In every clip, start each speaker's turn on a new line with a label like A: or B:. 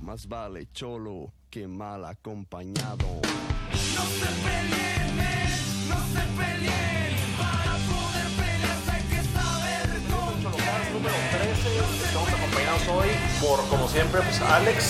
A: Más vale cholo que mal acompañado.
B: No se peleen, eh, no se peleen. Para poder pelearse hay que saber con
C: Cholocadas
B: quién.
C: número 13. Estamos acompañados hoy por, como siempre, pues Alex.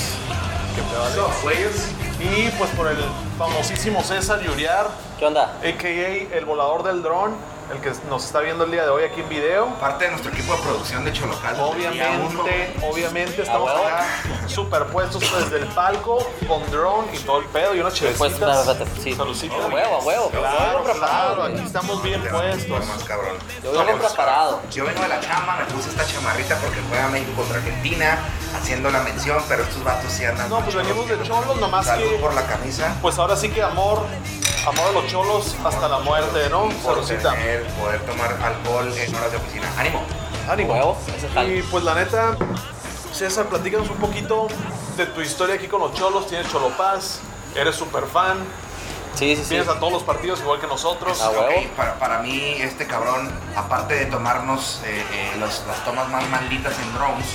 C: ¿Qué pedo, Alex? Y pues por el famosísimo César Yuriar,
D: ¿Qué onda?
C: a.k.a. el volador del dron, el que nos está viendo el día de hoy aquí en video.
E: Parte de nuestro equipo de producción de Cholocal.
C: Obviamente, obviamente estamos
D: Ah, bueno.
C: acá superpuestos pues, desde el palco con drone y todo el pedo y unas
D: Pues,
C: chevecitas.
D: espérate, sí.
C: Salucita.
D: A huevo, a huevo.
C: Claro,
D: yo vengo preparado.
C: claro, aquí
D: güey.
C: estamos bien puestos.
E: Más cabrón.
D: Yo vengo
E: Vamos.
D: preparado.
E: Yo vengo de la chama, me puse esta chamarrita porque juega México contra Argentina, haciendo la mención, pero estos vatos sí andan.
C: No, pues
E: cholos,
C: venimos de
E: pero-
C: cholos, nomás
E: Salud
C: que-
E: por la camisa.
C: Pues ahora sí que amor, amor a los cholos hasta la muerte, ¿no?
E: Por
C: Salucita.
E: tener, poder tomar alcohol en horas de oficina. ¡Ánimo!
C: Ánimo.
D: Huevos, ese es tal.
C: Y pues la neta, César, platícanos un poquito de tu historia aquí con los Cholos. Tienes Cholopaz, eres super fan,
D: Sí, sí, sí.
C: vienes a todos los partidos igual que nosotros.
D: Ah,
E: Ok,
D: huevo.
E: para, para mí, este cabrón, aparte de tomarnos eh, eh, los- las tomas más malditas en drones,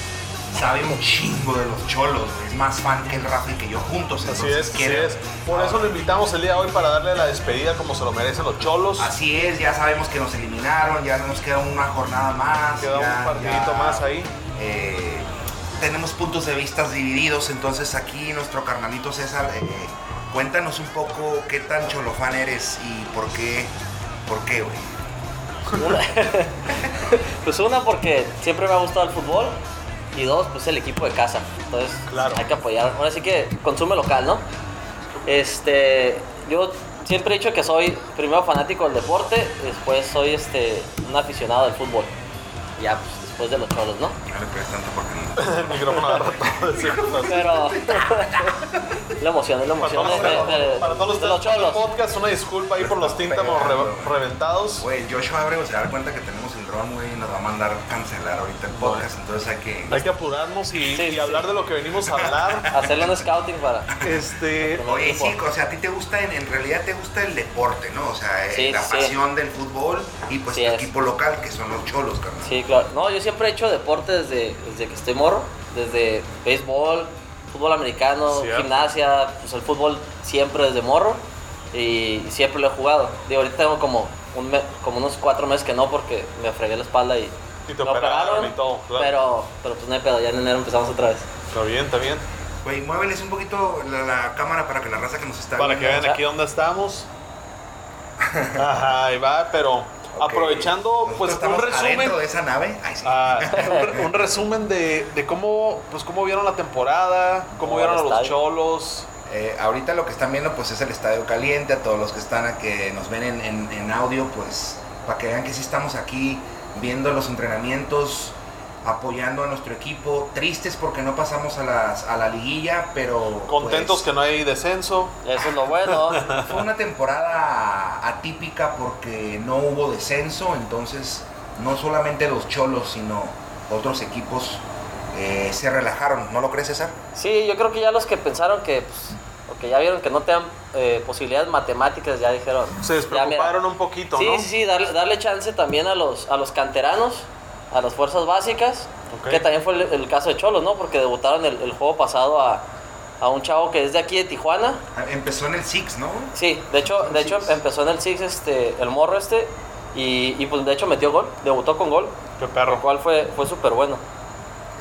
E: sabe un chingo de los cholos. Es más fan que el Rafa y que yo juntos.
C: Así
D: pues,
E: entonces
C: es, así
E: quiere-
C: es. Por eso lo invitamos el día de hoy para darle la despedida como se lo merecen los Cholos.
D: Ah,
E: Así es, ya sabemos que nos eliminaron, ya nos queda una jornada más.
C: Queda
E: ya-
C: un partidito
E: ya,
C: más ahí.
E: eh, tenemos puntos de vistas divididos, entonces aquí nuestro carnalito César, eh, cuéntanos un poco qué tan cholofán eres y por qué, por qué, güey.
D: Pues una, porque siempre me ha gustado el fútbol. Y dos, pues el equipo de casa. Entonces,
C: Claro.
D: hay que apoyar. Ahora sí que consume local, ¿no? Este, yo siempre he dicho que soy primero fanático del deporte, después soy este, un aficionado del fútbol. Y Ya, pues después de los cholos, ¿no?
E: No le pegues tanto porque
C: El micrófono agarra todo de ciertas-
D: Pero la emoción, es la
C: Para
D: emoción
C: todos
D: de,
C: los-
D: de- de-
C: para todos los
D: de los
C: del
D: cholos.
C: podcast, una disculpa ahí por los tíntamos re- reventados.
E: Güey, Joshua Abreu se da cuenta que tenemos el dron, güey, y nos va a mandar cancelar ahorita el podcast, entonces hay que...
C: Hay que apurarnos y,
D: Sí,
C: y
D: sí,
C: hablar
D: sí.
C: de lo que venimos a hablar.
D: Hacerle un scouting para.
C: Este,
E: Oye, sí, o sea, a ti te gusta, en, en realidad te gusta el deporte, ¿no? O sea, eh,
D: Sí,
E: la
D: sí.
E: pasión del fútbol y pues
D: Así
E: tu
D: es.
E: equipo local, que son los cholos, carnal.
D: Sí, claro. No, yo siempre he hecho deporte desde, desde que estoy morro. Desde béisbol, fútbol americano,
C: Cierto.
D: gimnasia, pues el fútbol siempre desde morro. Y siempre lo he jugado. Digo, ahorita tengo como, un me- como unos cuatro meses que no porque me fregué la espalda y,
C: Y te
D: me
C: operaron y todo, claro.
D: Pero, pero pues no hay pedo, ya en enero empezamos otra vez.
C: está bien, está bien.
E: Güey, muéveles un poquito la, la cámara para que la raza que nos está
C: Para que
E: viendo-
C: vean aquí dónde estamos. Ajá, ahí va, pero
E: Ok.
C: aprovechando
E: Nosotros
C: pues un
E: estamos
C: resumen.
E: adentro de esa nave. Ay, sí.
C: Ah, un re- un resumen de, de cómo pues cómo vieron la temporada, cómo
D: Oh,
C: vieron a
D: el
C: los
D: estadio.
C: cholos.
E: Eh, ahorita lo que están viendo pues es el estadio caliente, a todos los que están a que nos ven en, en- en audio, pues para que vean que sí estamos aquí viendo los entrenamientos, apoyando a nuestro equipo, tristes porque no pasamos a, las, a la liguilla, pero
C: Contentos
E: pues,
C: que no hay descenso.
D: Eso es lo bueno.
E: Fue una temporada atípica porque no hubo descenso, entonces no solamente los cholos, sino otros equipos eh, se relajaron, ¿no lo crees César?
D: Sí, yo creo que ya los que pensaron que, pues, o que ya vieron que no te dan eh, posibilidades matemáticas, ya dijeron.
C: Se
D: "Ya,
C: despreocuparon
D: mira".
C: un poquito,
D: Sí,
C: ¿no?
D: sí, sí, darle, darle chance también a los, a los canteranos, a las fuerzas básicas,
C: Ok.
D: que también fue el, el caso de Cholos, ¿no? Porque debutaron el, el juego pasado a, a un chavo que es de aquí de Tijuana.
E: Ah, Empezó en el Six, ¿no?
D: Sí, de hecho, de hecho
E: Six.
D: empezó en el Six este, el morro este, y, y pues de hecho metió gol, debutó con gol,
C: Qué
D: lo
C: perro.
D: cual fue, fue súper bueno.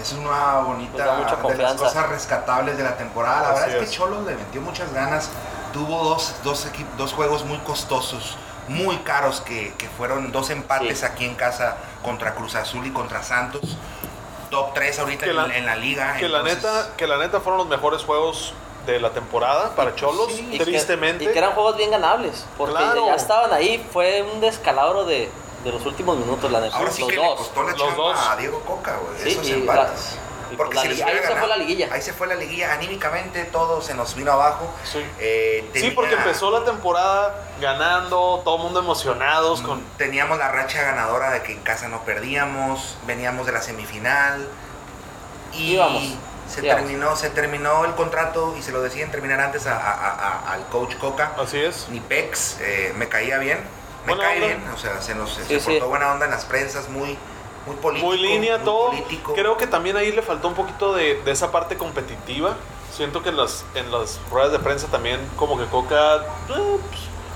E: Es una
D: Nos Pues da
E: bonita
D: mucha
E: de las
D: confianza.
E: cosas rescatables de la temporada. La
C: Así
E: verdad es,
C: es.
E: que Cholos le metió muchas ganas. Tuvo dos, dos, equi- dos juegos muy costosos, muy caros, que, que fueron dos empates
D: Sí.
E: aquí en casa contra Cruz Azul y contra Santos. Top 3 ahorita
C: Que
E: en,
C: la-
E: en la liga.
C: Que la
E: entonces-
C: neta, que la neta fueron los mejores juegos de la temporada para Cholos,
D: Y que-
C: tristemente.
D: y que eran juegos bien ganables, porque
C: Claro.
D: ya estaban ahí, fue un descalabro de, de los últimos minutos, la neta.
E: Ahora sí
D: los
E: que le
D: dos.
E: costó la
C: los
E: chamba
C: dos.
E: a Diego Coca, güey,
D: Sí,
E: esos
D: y la-
E: empates.
D: y
E: Porque
D: la
E: si les
D: liga-
E: hubiera
D: ahí se fue
E: ganado-
D: la liguilla.
E: Ahí se fue la liguilla. Anímicamente todo se nos vino abajo.
C: Sí.
E: Eh,
C: Sí,
E: tenía-
C: porque empezó la temporada ganando, todo el mundo emocionados
E: Mm.
C: con...
E: Teníamos la racha ganadora de que en casa no perdíamos, veníamos de la semifinal y
D: Íbamos,
E: se
D: íbamos.
E: terminó, se terminó el contrato y se lo deciden terminar antes a- a- a- a- al coach Coca.
C: Así es.
E: Ni Pex, eh, me caía bien, me
C: Buena
E: cae
C: onda.
E: bien, o sea, se nos se
D: Sí, sí.
E: portó buena onda en las prensas, muy muy político,
C: Muy línea todo.
E: político.
C: Creo que también ahí le faltó un poquito de, de esa parte competitiva. siento que en las, en las ruedas de prensa también como que Coca eh, pues,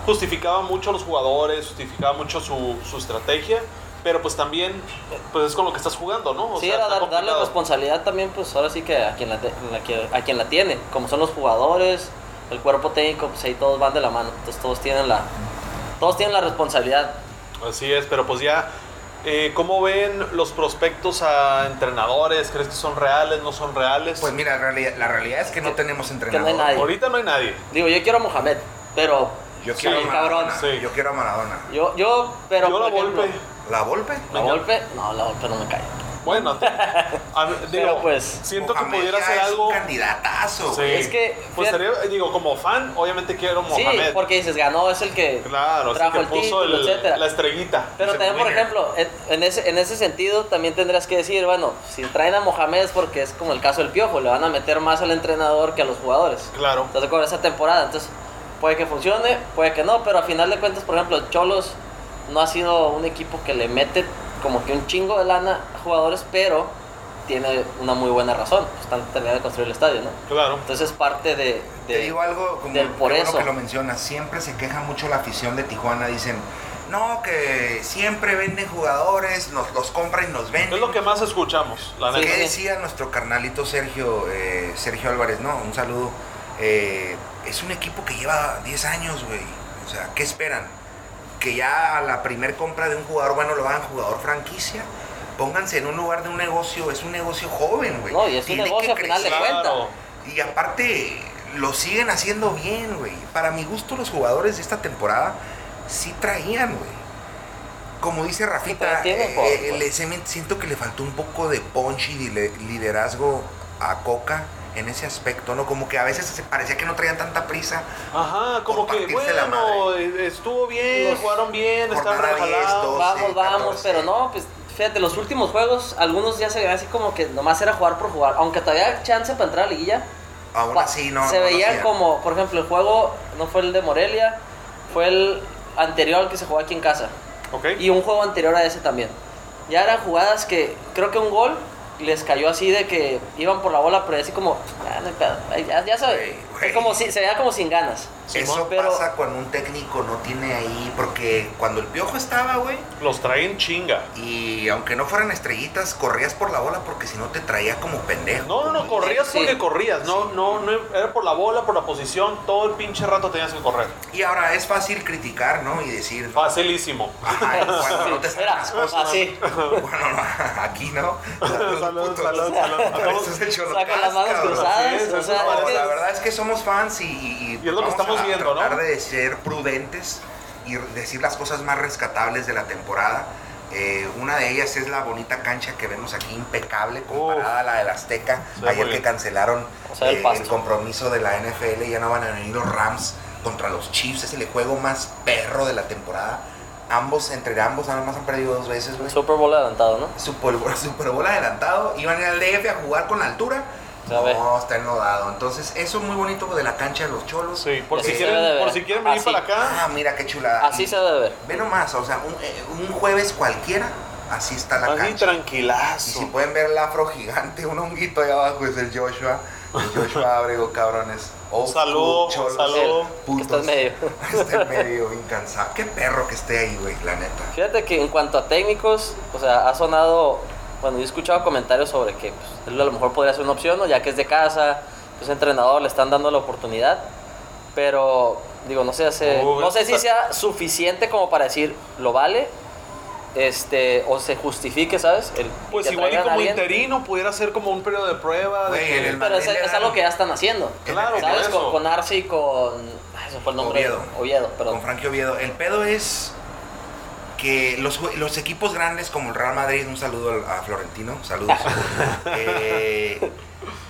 C: justificaba mucho a los jugadores, justificaba mucho su, su estrategia, pero pues también eh, pues es con lo que estás jugando, ¿no? O
D: sí,
C: sea,
D: era
C: está
D: dar- darle
C: complicado.
D: responsabilidad también, pues ahora sí que a quien la, te- la que- a quien la tiene, como son los jugadores, el cuerpo técnico, pues ahí todos van de la mano, entonces todos tienen la, todos tienen la responsabilidad.
C: Así es, pero pues ya, eh, ¿cómo ven los prospectos a entrenadores? ¿Crees que son reales, no son reales?
E: Pues mira, la realidad, la realidad es que no
D: Que-
E: tenemos
D: hay
E: entrenador.
D: nadie.
C: Ahorita no hay nadie.
D: Digo, yo quiero a Mohamed, pero
E: Yo
C: Sí,
E: quiero a Maradona.
D: cabrón.
C: Sí.
E: Yo quiero a Maradona.
D: yo, yo, pero
C: Yo
D: por
C: la
D: ejemplo,
C: golpe.
E: ¿La Volpe?
D: la
C: Venga.
D: golpe, no, la golpe no me cae.
C: Bueno, a- digo,
D: Pero, pues,
C: siento que
E: Mohamed
C: pudiera
E: ya
C: ser
E: es
C: algo.
E: Un candidatazo.
C: Sí.
E: güey.
D: Es que,
C: Pues
D: fíjate-
C: estaría- digo, como fan, obviamente quiero a
D: Sí,
C: Mohamed.
D: porque dices, ganó, es el que
C: Claro, así
D: trajo
C: que
D: el
C: puso
D: título,
C: el-
D: etcétera.
C: la estrellita.
D: Pero
E: Ese
D: también, por
E: winner.
D: ejemplo, en, en ese, en ese sentido también tendrás que decir, bueno, si traen a Mohamed es porque es como el caso del Piojo, le van a meter más al entrenador que a los jugadores.
C: Claro.
D: Entonces, con esa temporada, entonces puede que funcione, puede que no, pero a final de cuentas, por ejemplo, Cholos no ha sido un equipo que le mete como que un chingo de lana a jugadores, pero tiene una muy buena razón, pues, están terminando de construir el estadio, ¿no?
C: Claro.
D: Entonces es parte de... de-
E: Te digo algo, como
D: del por
E: qué bueno
D: eso.
E: que lo mencionas, siempre se queja mucho la afición de Tijuana, dicen, no, que siempre venden jugadores, nos los compran y nos venden.
C: Es lo que más escuchamos, la
D: Sí.
C: neta.
E: ¿Qué decía nuestro carnalito Sergio, eh, Sergio Álvarez? No, un saludo. Eh, es un equipo que lleva 10 años, güey. O sea, ¿qué esperan? Que ya a la primer compra de un jugador bueno lo hagan jugador franquicia. Pónganse en un lugar de un negocio, es un negocio joven, güey.
D: No, y es un
E: Tiene que
D: negocio a final de
E: crecer.
D: cuentas.
C: Claro.
E: Y aparte, lo siguen haciendo bien, güey. Para mi gusto, los jugadores de esta temporada sí traían, güey. Como dice Rafita,
D: pero tiene
E: eh,
D: por-
E: eh, le- se me- siento que le faltó un poco de punch y de le- liderazgo a Coca en ese aspecto, ¿no? Como que a veces se parecía que no traían tanta prisa.
C: Ajá, como
E: Por
C: que,
E: partirse la
C: bueno, e-, estuvo bien,
D: Los-
C: jugaron bien,
E: por
C: estaban
E: nada
C: regalados.
E: esto. 12,
D: Vamos, vamos,
E: 14.
D: pero no, pues fíjate, los últimos juegos, algunos ya se veían así como que nomás era jugar por jugar, aunque todavía había chance para entrar a la liguilla.
E: Aún
D: pa-
E: así, no.
D: se
E: no lo
D: veían
E: hacían.
D: como, por ejemplo, el juego no fue el de Morelia, fue el anterior al que se jugó aquí en casa.
C: Ok.
D: Y un juego anterior a ese también. Ya eran jugadas que creo que un gol les cayó así de que iban por la bola, pero así como, "Ah, no hay pedo". Ay, ya, ya
E: Güey,
D: sabe,
E: güey.
D: es como si- se veía como sin ganas.
E: Eso
D: pero-
E: pasa cuando un técnico no tiene ahí, porque cuando el piojo estaba, güey,
C: Los traen chinga.
E: y aunque no fueran estrellitas, corrías por la bola porque si no te traía como pendejo.
C: No, no, no, corrías
D: Sí.
C: porque corrías. No, no, no, era por la bola, por la posición. Todo el pinche rato tenías que correr.
E: Y ahora es fácil criticar, ¿no? Y decir, no,
C: Facilísimo.
E: Ajá, cuando no te salen
D: Era
E: las cosas.
D: así.
E: Bueno, no, aquí no.
C: Salud, salud, salud.
E: Eso es el Cholocas,
D: Saca las manos
E: cabrón.
D: cruzadas,
C: Sí, eso
D: o
C: es
D: sea,
C: normal,
D: es que-
E: La verdad es que somos fans y, y-
C: Y es lo que
E: vamos
C: estamos
E: a
C: viendo, ¿no?
E: tratar de ser prudentes y decir las cosas más rescatables de la temporada. Eh, una de ellas es la bonita cancha que vemos aquí, impecable, comparada a la del Azteca.
C: Sí, muy
E: Ayer que
C: bien.
E: cancelaron
D: O sea, el
E: eh, el
D: pasto.
E: compromiso de la NFL, ya no van a venir los Rams contra los Chiefs. Es el juego más perro de la temporada. Ambos, entre ambos, nada más han perdido dos veces, güey.
D: Super Bowl adelantado, ¿no?
E: Super Bowl, Super Bowl adelantado, iban a ir al DF a jugar con la altura.
D: Ya ve.
E: No, está enlodado. Entonces, eso es muy bonito de la cancha de los cholos. Eh,
C: Sí, por si
D: Sí.
C: quieren, por si quieren venir
D: Así.
C: para acá.
E: Ah, mira qué chulada.
D: Así se debe ver.
E: Ve nomás, o sea, un, eh, un jueves cualquiera, así está Ah, la
C: Así
E: cancha. pues. Y
C: tranquilazo.
E: si pueden ver el afro gigante, un honguito ahí abajo es el Joshua. El Joshua Abrego, cabrones. Oh,
C: Un saludo,
E: cholos,
C: un saludo.
D: Que
E: Putos.
D: está en medio.
E: Está en medio, incansable. Qué perro que esté ahí, güey, la neta.
D: Fíjate que en cuanto a técnicos, o sea, ha sonado, bueno, yo he escuchado comentarios sobre que pues, él a lo mejor podría ser una opción, ¿no? ya que es de casa, es entrenador, le están dando la oportunidad, pero digo, no sé, hace-
C: Uh,
D: no sé
C: esta-
D: si sea suficiente como para decir, lo vale, este, o se justifique, ¿sabes? El,
C: Pues
D: que
C: igual y
D: traigan a
C: como
D: alguien.
C: interino pudiera ser como un periodo de prueba. de
E: Güey,
C: que-
E: en el-
D: Pero es,
E: Madrid le
D: es
E: dan-
D: algo que ya están haciendo.
C: Claro, por
D: ¿Sabes?
C: eso.
D: Con, con Arce y con... ay, se fue el nombre.
E: Oviedo.
D: Oviedo, perdón.
E: con Frankie Oviedo. El pedo es que los, jue- los equipos grandes como el Real Madrid, un saludo al- a Florentino, saludos. eh,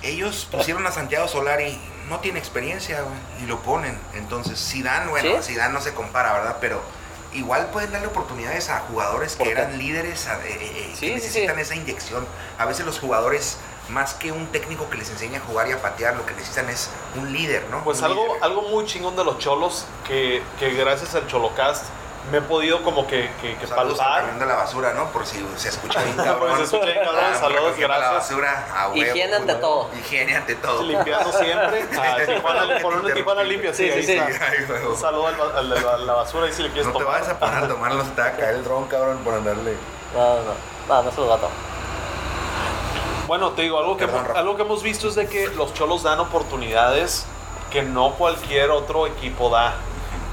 E: ellos pusieron a Santiago Solari, no tiene experiencia, güey, y lo ponen. Entonces, Zidane, bueno,
D: ¿Sí?
E: Zidane no se compara, ¿verdad? Pero igual pueden darle oportunidades a jugadores que
D: ¿Por qué?
E: eran líderes, a- eh, eh,
D: Sí,
E: que
D: sí,
E: necesitan
D: sí.
E: esa inyección. A veces los jugadores, más que un técnico que les enseña a jugar y a patear, lo que necesitan es un líder, ¿no?
C: Pues
E: Un
C: algo,
E: líder.
C: algo muy chingón de los cholos que, que gracias al Cholocast me he podido como que, que, que
E: Saludos a
C: palpar.
E: Camión de la basura, ¿no? Por si se escucha bien cabrón.
C: Por si se escucha bien cabrón,
E: Ah,
C: saludos,
E: Camión de la
C: gracias.
E: basura, a huevo.
D: Higiene ante todo.
E: Higiene ante todo.
C: Limpiando siempre. Ah, Tijuana, por una Tijuana limpia, sí,
D: Sí, sí,
C: ahí
D: sí.
C: está.
E: Ay, huevo.
C: Un saludo al ba- al de la, la basura y si le quieres
E: No te
C: tomar.
E: vas a poner a tomar los tacas, el ron, cabrón, por andarle.
D: No, no, no. No, no se los va a tomar.
C: Bueno, te digo, algo que,
E: Perdón, Rafa.
C: algo que hemos visto es de que los cholos dan oportunidades que no cualquier otro equipo da.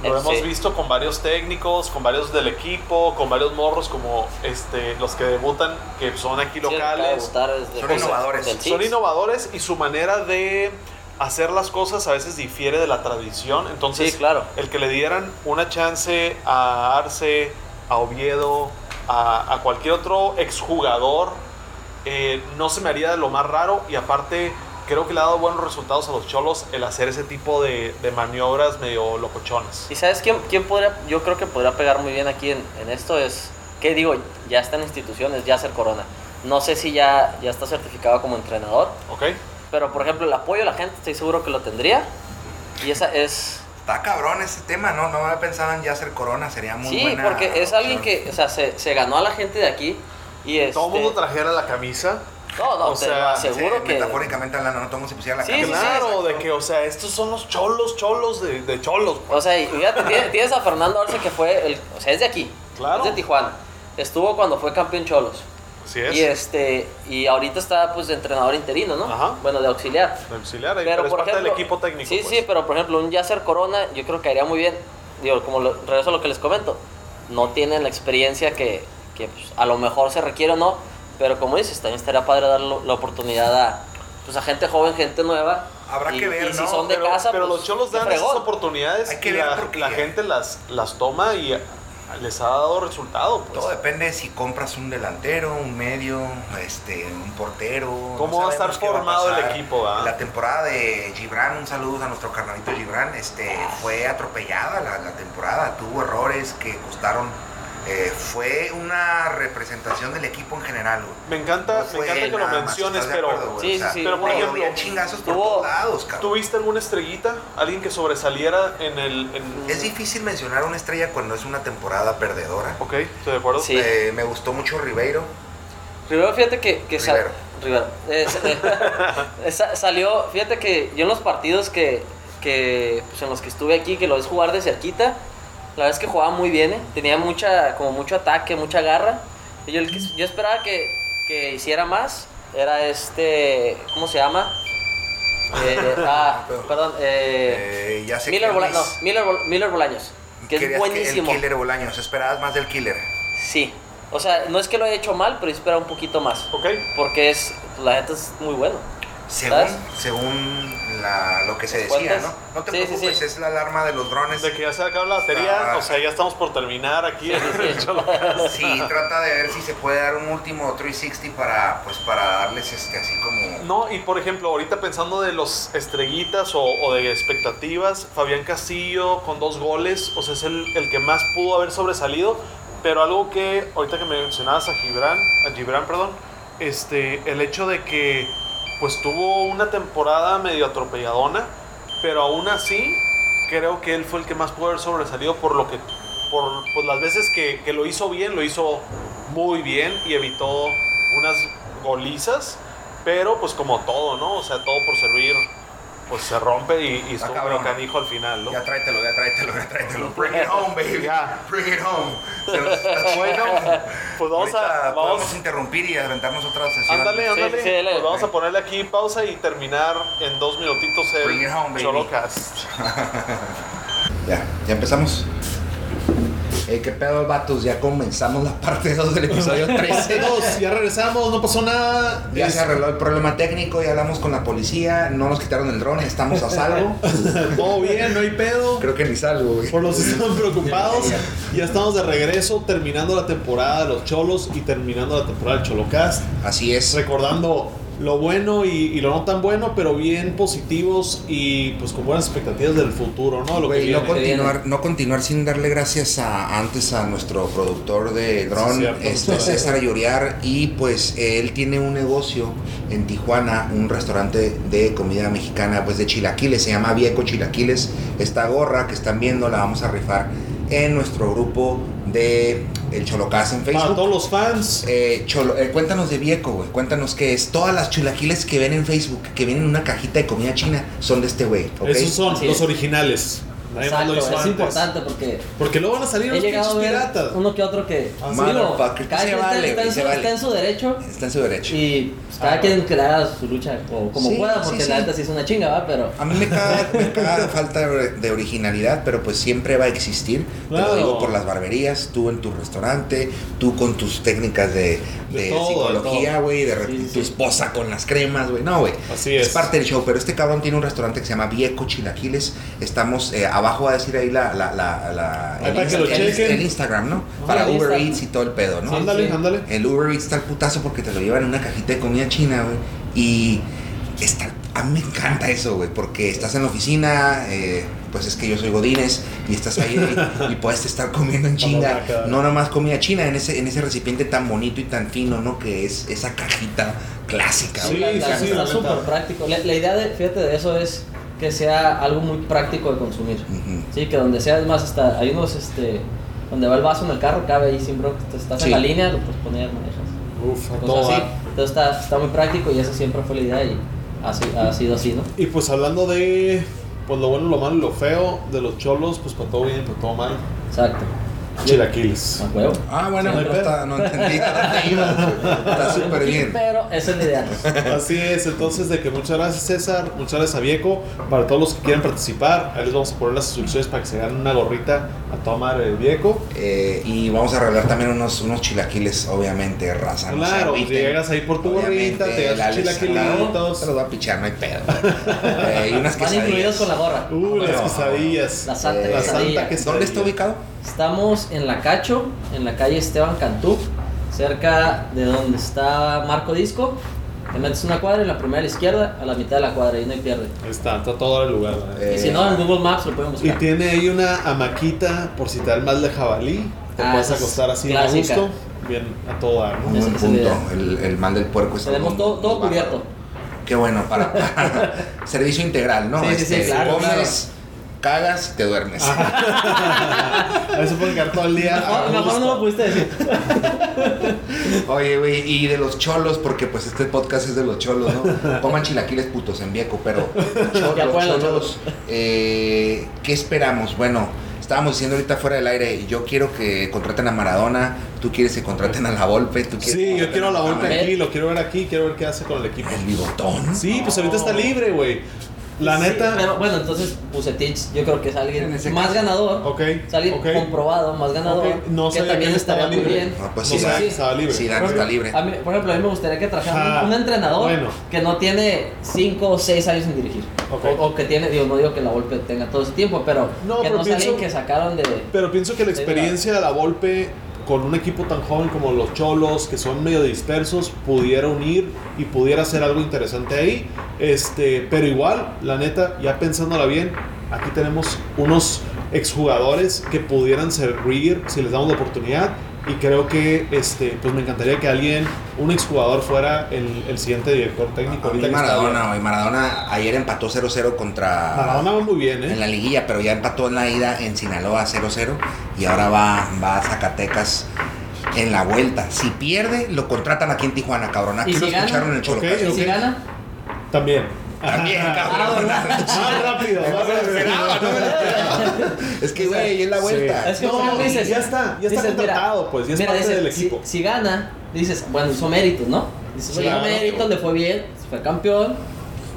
C: Lo
D: Eh,
C: hemos
D: sí.
C: visto con varios técnicos, con varios del equipo, con varios morros como este, los que debutan, que son aquí
D: Sí, acaba de
C: locales.
D: votar desde-
E: Son
D: del-
E: innovadores.
D: del
C: Son
D: Six.
C: innovadores y su manera de hacer las cosas a veces difiere de la tradición. Entonces,
D: Sí, claro.
C: el que le dieran una chance a Arce, a Oviedo, a, a cualquier otro exjugador, eh, no se me haría lo más raro. Y aparte, creo que le ha dado buenos resultados a los cholos el hacer ese tipo de, de maniobras medio locochonas.
D: ¿Y sabes quién, quién podría, yo creo que podría pegar muy bien aquí en, en esto? Es, ¿qué digo? Ya está en instituciones, ya ser corona. No sé si ya, ya está certificado como entrenador,
C: ¿Ok?
D: pero por ejemplo, el apoyo de la gente estoy seguro que lo tendría. Y esa es.
E: Está cabrón ese tema, ¿no? No había pensado en ya hacer corona, sería muy
D: sí,
E: buena
D: porque es
E: opción.
D: alguien que, o sea, se, se ganó a la gente de aquí. Y este,
C: Todo el mundo trajera la camisa.
D: No, no,
C: o
D: te
C: sea,
D: lo
E: Sí,
D: aseguro que.
E: Metafóricamente hablando, no todo el mundo se pusiera la
D: Sí,
E: camisa.
C: Claro, de que, o sea, estos son los cholos, cholos de, de cholos.
D: O sea, y fíjate, tiene- tienes a Fernando Arce que fue el. O sea, es de aquí.
C: Claro.
D: Es de Tijuana. Estuvo cuando fue campeón Cholos.
C: Así es.
D: Y este. Y ahorita está pues de entrenador interino, ¿no?
C: Ajá.
D: Bueno, de auxiliar.
C: de auxiliar ahí, pero, es parte del equipo técnico.
D: Sí,
C: pues.
D: sí, pero por ejemplo, un Yasser Corona, yo creo que haría muy bien. Digo, como lo- regreso a lo que les comento, no tienen la experiencia que, que, pues, a lo mejor se requiere o no, pero como dices, también estaría padre dar la oportunidad a, pues, a gente joven, gente nueva.
E: Habrá
D: y,
E: que ver,
D: y si
E: ¿no?
D: son de
C: pero,
D: casa,
C: pero
D: pues,
C: los cholos
D: qué
C: dan esas
D: fregón.
C: oportunidades
E: Hay que
C: y
E: ver
C: la,
E: por qué.
C: la gente las, las toma y ah, les ha dado resultado. pues.
E: Todo depende si compras un delantero, un medio, este, un portero.
C: ¿Cómo va a estar
E: sabemos qué
C: formado el
E: pasar.
C: equipo, va?
E: La temporada de Gibran, un saludo a nuestro carnalito Gibran, este, fue atropellada la, la temporada, tuvo errores que costaron. eh, fue una representación del equipo en general, güey.
C: Me encanta,
E: No
C: me
E: fue
C: encanta que lo
E: nada más,
C: menciones,
E: ¿estás de
C: pero
E: acuerdo, güey?
D: Sí,
E: O sea,
D: sí, sí.
C: pero por
E: te
C: ejemplo,
E: llovían chingazos por
D: tuvo-
E: todos lados, cabrón.
C: ¿tuviste alguna estrellita? ¿Alguien que sobresaliera en el...? En...
E: Es difícil mencionar una estrella cuando es una temporada perdedora.
C: Ok, estoy de acuerdo.
D: Sí.
E: Eh, me gustó mucho Ribeiro.
D: Primero, fíjate que, que sal- Rivero.
E: Rivero.
D: Eh, sa- eh, sa- salió, fíjate que yo en los partidos que, que pues, en los que estuve aquí, que lo ves jugar de cerquita, la verdad es que jugaba muy bien, eh. tenía mucha, como mucho ataque, mucha garra. Y yo, el que- yo esperaba que, que hiciera más, era este, ¿cómo se llama? Eh, ah, perdón, eh,
E: Eh, ya sé
D: Miller,
E: que
D: Bola-
E: Luis-
D: no, Miller Bol- Miller Bolaños, que
E: querías
D: es buenísimo.
E: el killer Bolaños. Esperabas más del killer.
D: Sí, o sea, no es que lo haya hecho mal, pero espera un poquito más.
C: Ok,
D: Porque es, la gente es muy buena.
E: Según,
D: ¿Sabes?
E: según la- lo que se
D: ¿Las
E: decía,
D: cuentas?
E: ¿no? No te
D: Sí, sí,
E: preocupes,
D: sí.
E: es la alarma de los drones.
C: de que ya se acaba la batería,
E: Ah.
C: o sea, ya estamos por terminar aquí.
E: Sí, trata de ver si se puede dar un último 360 para, pues, para darles este, así como...
C: No, y por ejemplo, ahorita pensando de los estrellitas o, o de expectativas, Fabián Castillo con dos goles, o sea, es el, el que más pudo haber sobresalido, pero algo que ahorita que mencionabas a Gibran, a Gibran, perdón, este, el hecho de que pues tuvo una temporada medio atropelladona, pero aún así creo que él fue el que más pudo haber sobresalido por lo que por pues, las veces que, que lo hizo bien, lo hizo muy bien y evitó unas golizas, pero pues como todo, ¿no? O sea, todo por servir, pues se rompe y, y
E: Está
C: estuvo
E: cabrón.
C: medio canijo al final, ¿no?
E: Ya tráetelo, ya tráetelo, ya tráetelo. Bring it home, baby.
C: Ya.
E: Bring it home. Se los está
C: Bueno,
E: chingando.
C: pues vamos
E: Ahorita
C: a... Vamos,
E: podemos interrumpir y aventarnos otra sesión.
C: ándale,
D: Sí,
C: ándale.
D: sí, dale.
C: Pues vamos a ponerle aquí pausa y terminar en dos minutitos
E: Bring
C: el
E: it home, baby.
C: Cholocast.
E: Ya, ya empezamos. Ey, qué pedo, vatos. Ya comenzamos la parte 2 del episodio 13.
F: Regresamos, ya regresamos, no pasó nada.
E: Ya
F: Es-
E: se arregló el problema técnico, ya hablamos con la policía, no nos quitaron el dron, estamos a salvo.
F: Todo bien, no hay pedo.
E: Creo que ni salvo, güey.
F: Por los que estaban preocupados, ya estamos de regreso, terminando la temporada de los Cholos y terminando la temporada del Cholocast.
E: Así es.
F: Recordando lo bueno y, y lo no tan bueno, pero bien positivos y pues con buenas expectativas del futuro, ¿no? Lo que
E: Güey, no,
F: viene.
D: con-
E: continuar, no continuar sin darle gracias a antes a nuestro productor de
F: Sí,
E: dron,
F: cierto.
E: este, César Lloriar, y pues eh, él tiene un negocio en Tijuana, un restaurante de comida mexicana, pues de chilaquiles, se llama Vieco Chilaquiles. Esta gorra que están viendo la vamos a rifar en nuestro grupo de El Cholocas en
C: Para
E: Facebook.
C: todos los fans,
E: Eh, Cholo, eh, cuéntanos de Vieco, güey. Cuéntanos qué es. Todas las chilaquiles que ven en Facebook, que vienen en una cajita de comida china, son de este güey, ¿ok?
C: esos son
D: Así
C: los
D: es.
C: originales. Nadie más
D: Exacto,
C: lo hizo
D: es
C: antes.
D: importante porque
C: Porque luego van a salir
D: he
C: los
D: llegado a
C: pinches
D: ver
C: piratas.
D: uno que otro que.
E: Ah,
D: digo,
E: motherfucker,
D: cada
E: se
D: quien está-
E: vale,
D: está,
E: güey,
D: en su-
E: se vale.
D: está en su derecho
E: Está en su derecho.
D: y pues, cada
C: Ah,
D: quien que le haga su lucha o como
E: Sí,
D: pueda,
E: sí,
D: porque
E: sí.
D: la neta sí es una chinga, ¿va? Pero.
C: Ah,
E: A mí me caga, me caga la falta de originalidad, pero pues siempre va a existir. Te
C: Claro.
E: lo digo por las barberías, tú en tu restaurante, tú con tus técnicas de,
C: De
E: de
C: todo, de
E: psicología, güey, de repente
D: Sí, sí,
E: tu
D: sí.
E: esposa con las cremas, güey. No, güey.
C: Así es.
E: Es parte del show, pero este cabrón tiene un restaurante que se llama Vieco Chilaquiles. Estamos eh, abajo va a decir ahí la, la, la, la-
C: Ahí para que lo
E: Insta-
C: chequen.
E: el Instagram, ¿no?
D: Ah,
E: Para
D: el Insta.
E: Uber Eats y todo el pedo, ¿no?
C: ándale,
D: sí.
C: ándale.
E: El Uber Eats está al putazo porque te lo llevan en una cajita de comida china, güey. Y está, a mí me encanta eso, güey, porque estás en la oficina, eh, pues es que yo soy Godínez, y estás ahí güey, y puedes estar comiendo en chinga.
C: vaca.
E: No nomás comida china, en ese, en ese recipiente tan bonito y tan fino, ¿no? Que es esa cajita clásica,
C: Sí,
E: güey.
D: la- la-
C: sí, sí, la
D: está
C: neta.
D: súper práctico. La, la idea, de, fíjate, de eso es que sea algo muy práctico de consumir.
C: Mm.
E: Ujú.
D: Sí, que donde sea, es más, hasta hay unos, este, donde va el vaso en el carro, cabe ahí sin bronca. Te estás
E: Sí.
D: en la línea, lo puedes poner, manejas.
C: Uf, a todo
D: Cosas Pues así.
C: dar.
D: Entonces está, está muy práctico y eso siempre fue la idea y así, ha sido así, ¿no?
C: Y pues hablando de pues lo bueno, lo malo y lo feo de los cholos, pues para todo bien, para todo mal.
D: Exacto.
C: Chilaquiles.
D: A huevo.
E: Ah, bueno,
C: Sí, no hay
E: no,
C: pedo.
E: está- no entendí a dónde ibas, güey. Está súper bien.
D: Pero esa es la idea.
C: Así es, entonces de que muchas gracias César, muchas gracias a Vieco, para todos los que quieran participar, ahí les vamos a poner las instrucciones para que se ganen una gorrita a tomar el Vieco.
E: Eh, y vamos a regalar también unos, unos chilaquiles, obviamente, raza. no se
C: Claro,
E: agüiten.
C: llegas ahí por tu gorrita,
E: Obviamente,
C: te
E: la
C: das tus
E: Alex Salado, Te los
C: chilaquilitos.
E: va a pichar, no hay pedo. Eh, y unas
D: Van incluidos
E: quesadillas. Eh,
D: con la gorra.
C: Uh, las
E: Bueno,
C: quesadillas.
D: La santa,
E: eh,
C: La
D: quesadilla.
C: santa quesadilla.
E: ¿Dónde está ubicado?
D: Estamos en la Cacho, en la calle Esteban Cantú, cerca de donde está Marco Disco. Te metes una cuadra en la primera a la izquierda, a la mitad de la cuadra, y no hay pierde.
C: Ahí Está, está todo el lugar. la neta.
E: Eh,
D: y si no, en Google Maps lo pueden
C: Y
D: buscar.
C: tiene ahí una hamaquita por si te da el mal de jabalí. Te
D: Ah,
C: puedes
D: esa es
C: acostar así a
D: clásica.
C: gusto. Bien, a todo dar, ¿no?
E: Un buen
D: Esa es la
E: punto.
D: idea.
E: El, el mal del puerco está.
D: Tenemos
E: muy-
D: todo, todo
E: muy bárbaro.
D: cubierto.
E: Qué bueno, para, servicio integral, ¿no? Este,
D: Sí, sí, sí, claro,
E: comes, cagas y te duermes.
C: Ahí se puede quedar todo el día. a
E: Ah,
D: Ah, Mejor, mejor no
C: gusto.
D: lo pudiste decir.
E: Oye, güey, y de los cholos, porque pues este podcast es de los cholos, ¿no? Coman chilaquiles putos en vieco, pero cholos,
D: Ya fueron los
E: cholos, eh, ¿qué esperamos? Bueno, estábamos diciendo ahorita fuera del aire, yo quiero que contraten a Maradona, tú quieres que contraten a La Volpe, tú quieres que
C: Sí, yo
E: contraten
C: quiero la vuelta
E: Mohamed,
C: aquí, lo quiero ver aquí, quiero ver qué hace con el equipo.
E: El bigotón.
C: Sí, pues ahorita está libre, güey. La
D: Sí,
C: neta.
D: pero bueno, entonces Bucetich yo creo que es alguien
E: En ese
D: más
E: caso.
D: ganador.
C: Ok.
D: Es alguien
C: ok.
D: comprobado, más ganador.
C: Ok, no
D: que
C: sabía
D: también
C: que él
D: estaría
C: estaba
D: muy
C: libre.
D: bien.
E: Ah, pues
C: No
E: sí,
C: sabía
E: Dan,
C: que estaba libre.
E: sí, Dan está libre.
D: A mí- por ejemplo, a mí me gustaría que trajeran
C: Ah,
D: un entrenador
C: bueno.
D: que no tiene 5 o 6 años en dirigir.
C: Ok.
D: O, o que tiene, digo, no digo que la golpe tenga todo ese tiempo, pero
C: No,
D: que
C: pero
D: no sea alguien
C: pienso-
D: que sacaron de.
C: Pero pienso que la experiencia de la Volpe con un equipo tan joven como los Cholos, que son medio dispersos, pudiera unir y pudiera hacer algo interesante ahí. Este, pero igual, la neta, ya pensándola bien, aquí tenemos unos exjugadores que pudieran servir si les damos la oportunidad. Y creo que este, pues me encantaría que alguien, un exjugador, fuera el, el siguiente director técnico.
E: A mí
C: ahorita que está
E: Ah, Maradona, güey, Maradona ayer empató 0-0 contra...
C: bien. Maradona va muy bien,
E: en
C: ¿eh?
E: la liguilla, pero ya empató en la ida en Sinaloa 0-0 y ahora va, va a Zacatecas en la vuelta. Si pierde, lo contratan aquí en Tijuana, cabrón. Aquí
D: ¿Y
E: lo
D: si
E: escucharon
D: gana?
E: en el Cholo.
D: ¿Y
C: Ok.
D: si gana? Ah,
C: También.
E: También, cabrón.
C: Más rápido, más
E: Me lo
C: rápido.
E: esperaba, no me lo esperaba. Es que, güey, es la vuelta.
D: Es que
C: No,
D: por ejemplo, dices,
C: ya está, ya está
D: dices, mira,
C: contratado, pues, ya es
D: mira,
C: parte
D: dices,
C: del
D: si-
C: equipo.
D: Si, gana, dices, bueno, hizo méritos, ¿no? Dices, bueno,
C: Claro.
D: hizo méritos, le fue bien, fue campeón,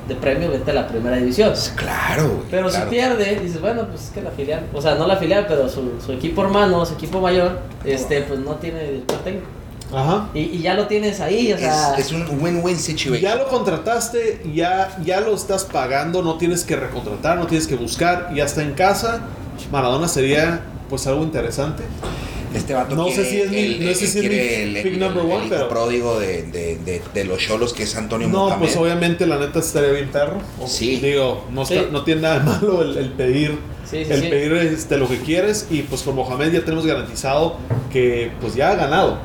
D: de premio, vete a la primera división.
E: Claro, güey.
D: Pero
E: claro.
D: si pierde, dices, bueno, pues es que la filial, o sea, no la filial, pero su, su equipo hermano, su equipo mayor, este, pues no tiene director técnico.
C: Ajá.
D: Y, y ya lo tienes ahí, o sea,
E: Es, es un win-win situation.
C: Ya lo contrataste, ya, ya lo estás pagando, no tienes que recontratar, no tienes que buscar, ya está en casa. Maradona sería pues algo interesante.
E: Este vato
C: No
E: quiere
C: sé si es mi-
E: el,
C: no sé si es
E: quiere
C: mi
E: el-
C: pick
E: el-
C: number
E: el
C: one,
E: hijo
C: pero-
E: pródigo de, de, de, de los cholos que es Antonio
C: No,
E: Mohamed.
C: pues obviamente la neta estaría bien perro. O-
E: Sí.
C: Digo, no, está-
D: Sí.
C: no tiene nada de malo el, el pedir.
D: Sí, sí,
C: el
D: sí.
C: pedir este, lo que quieres y pues con Mohamed ya tenemos garantizado que pues ya ha ganado.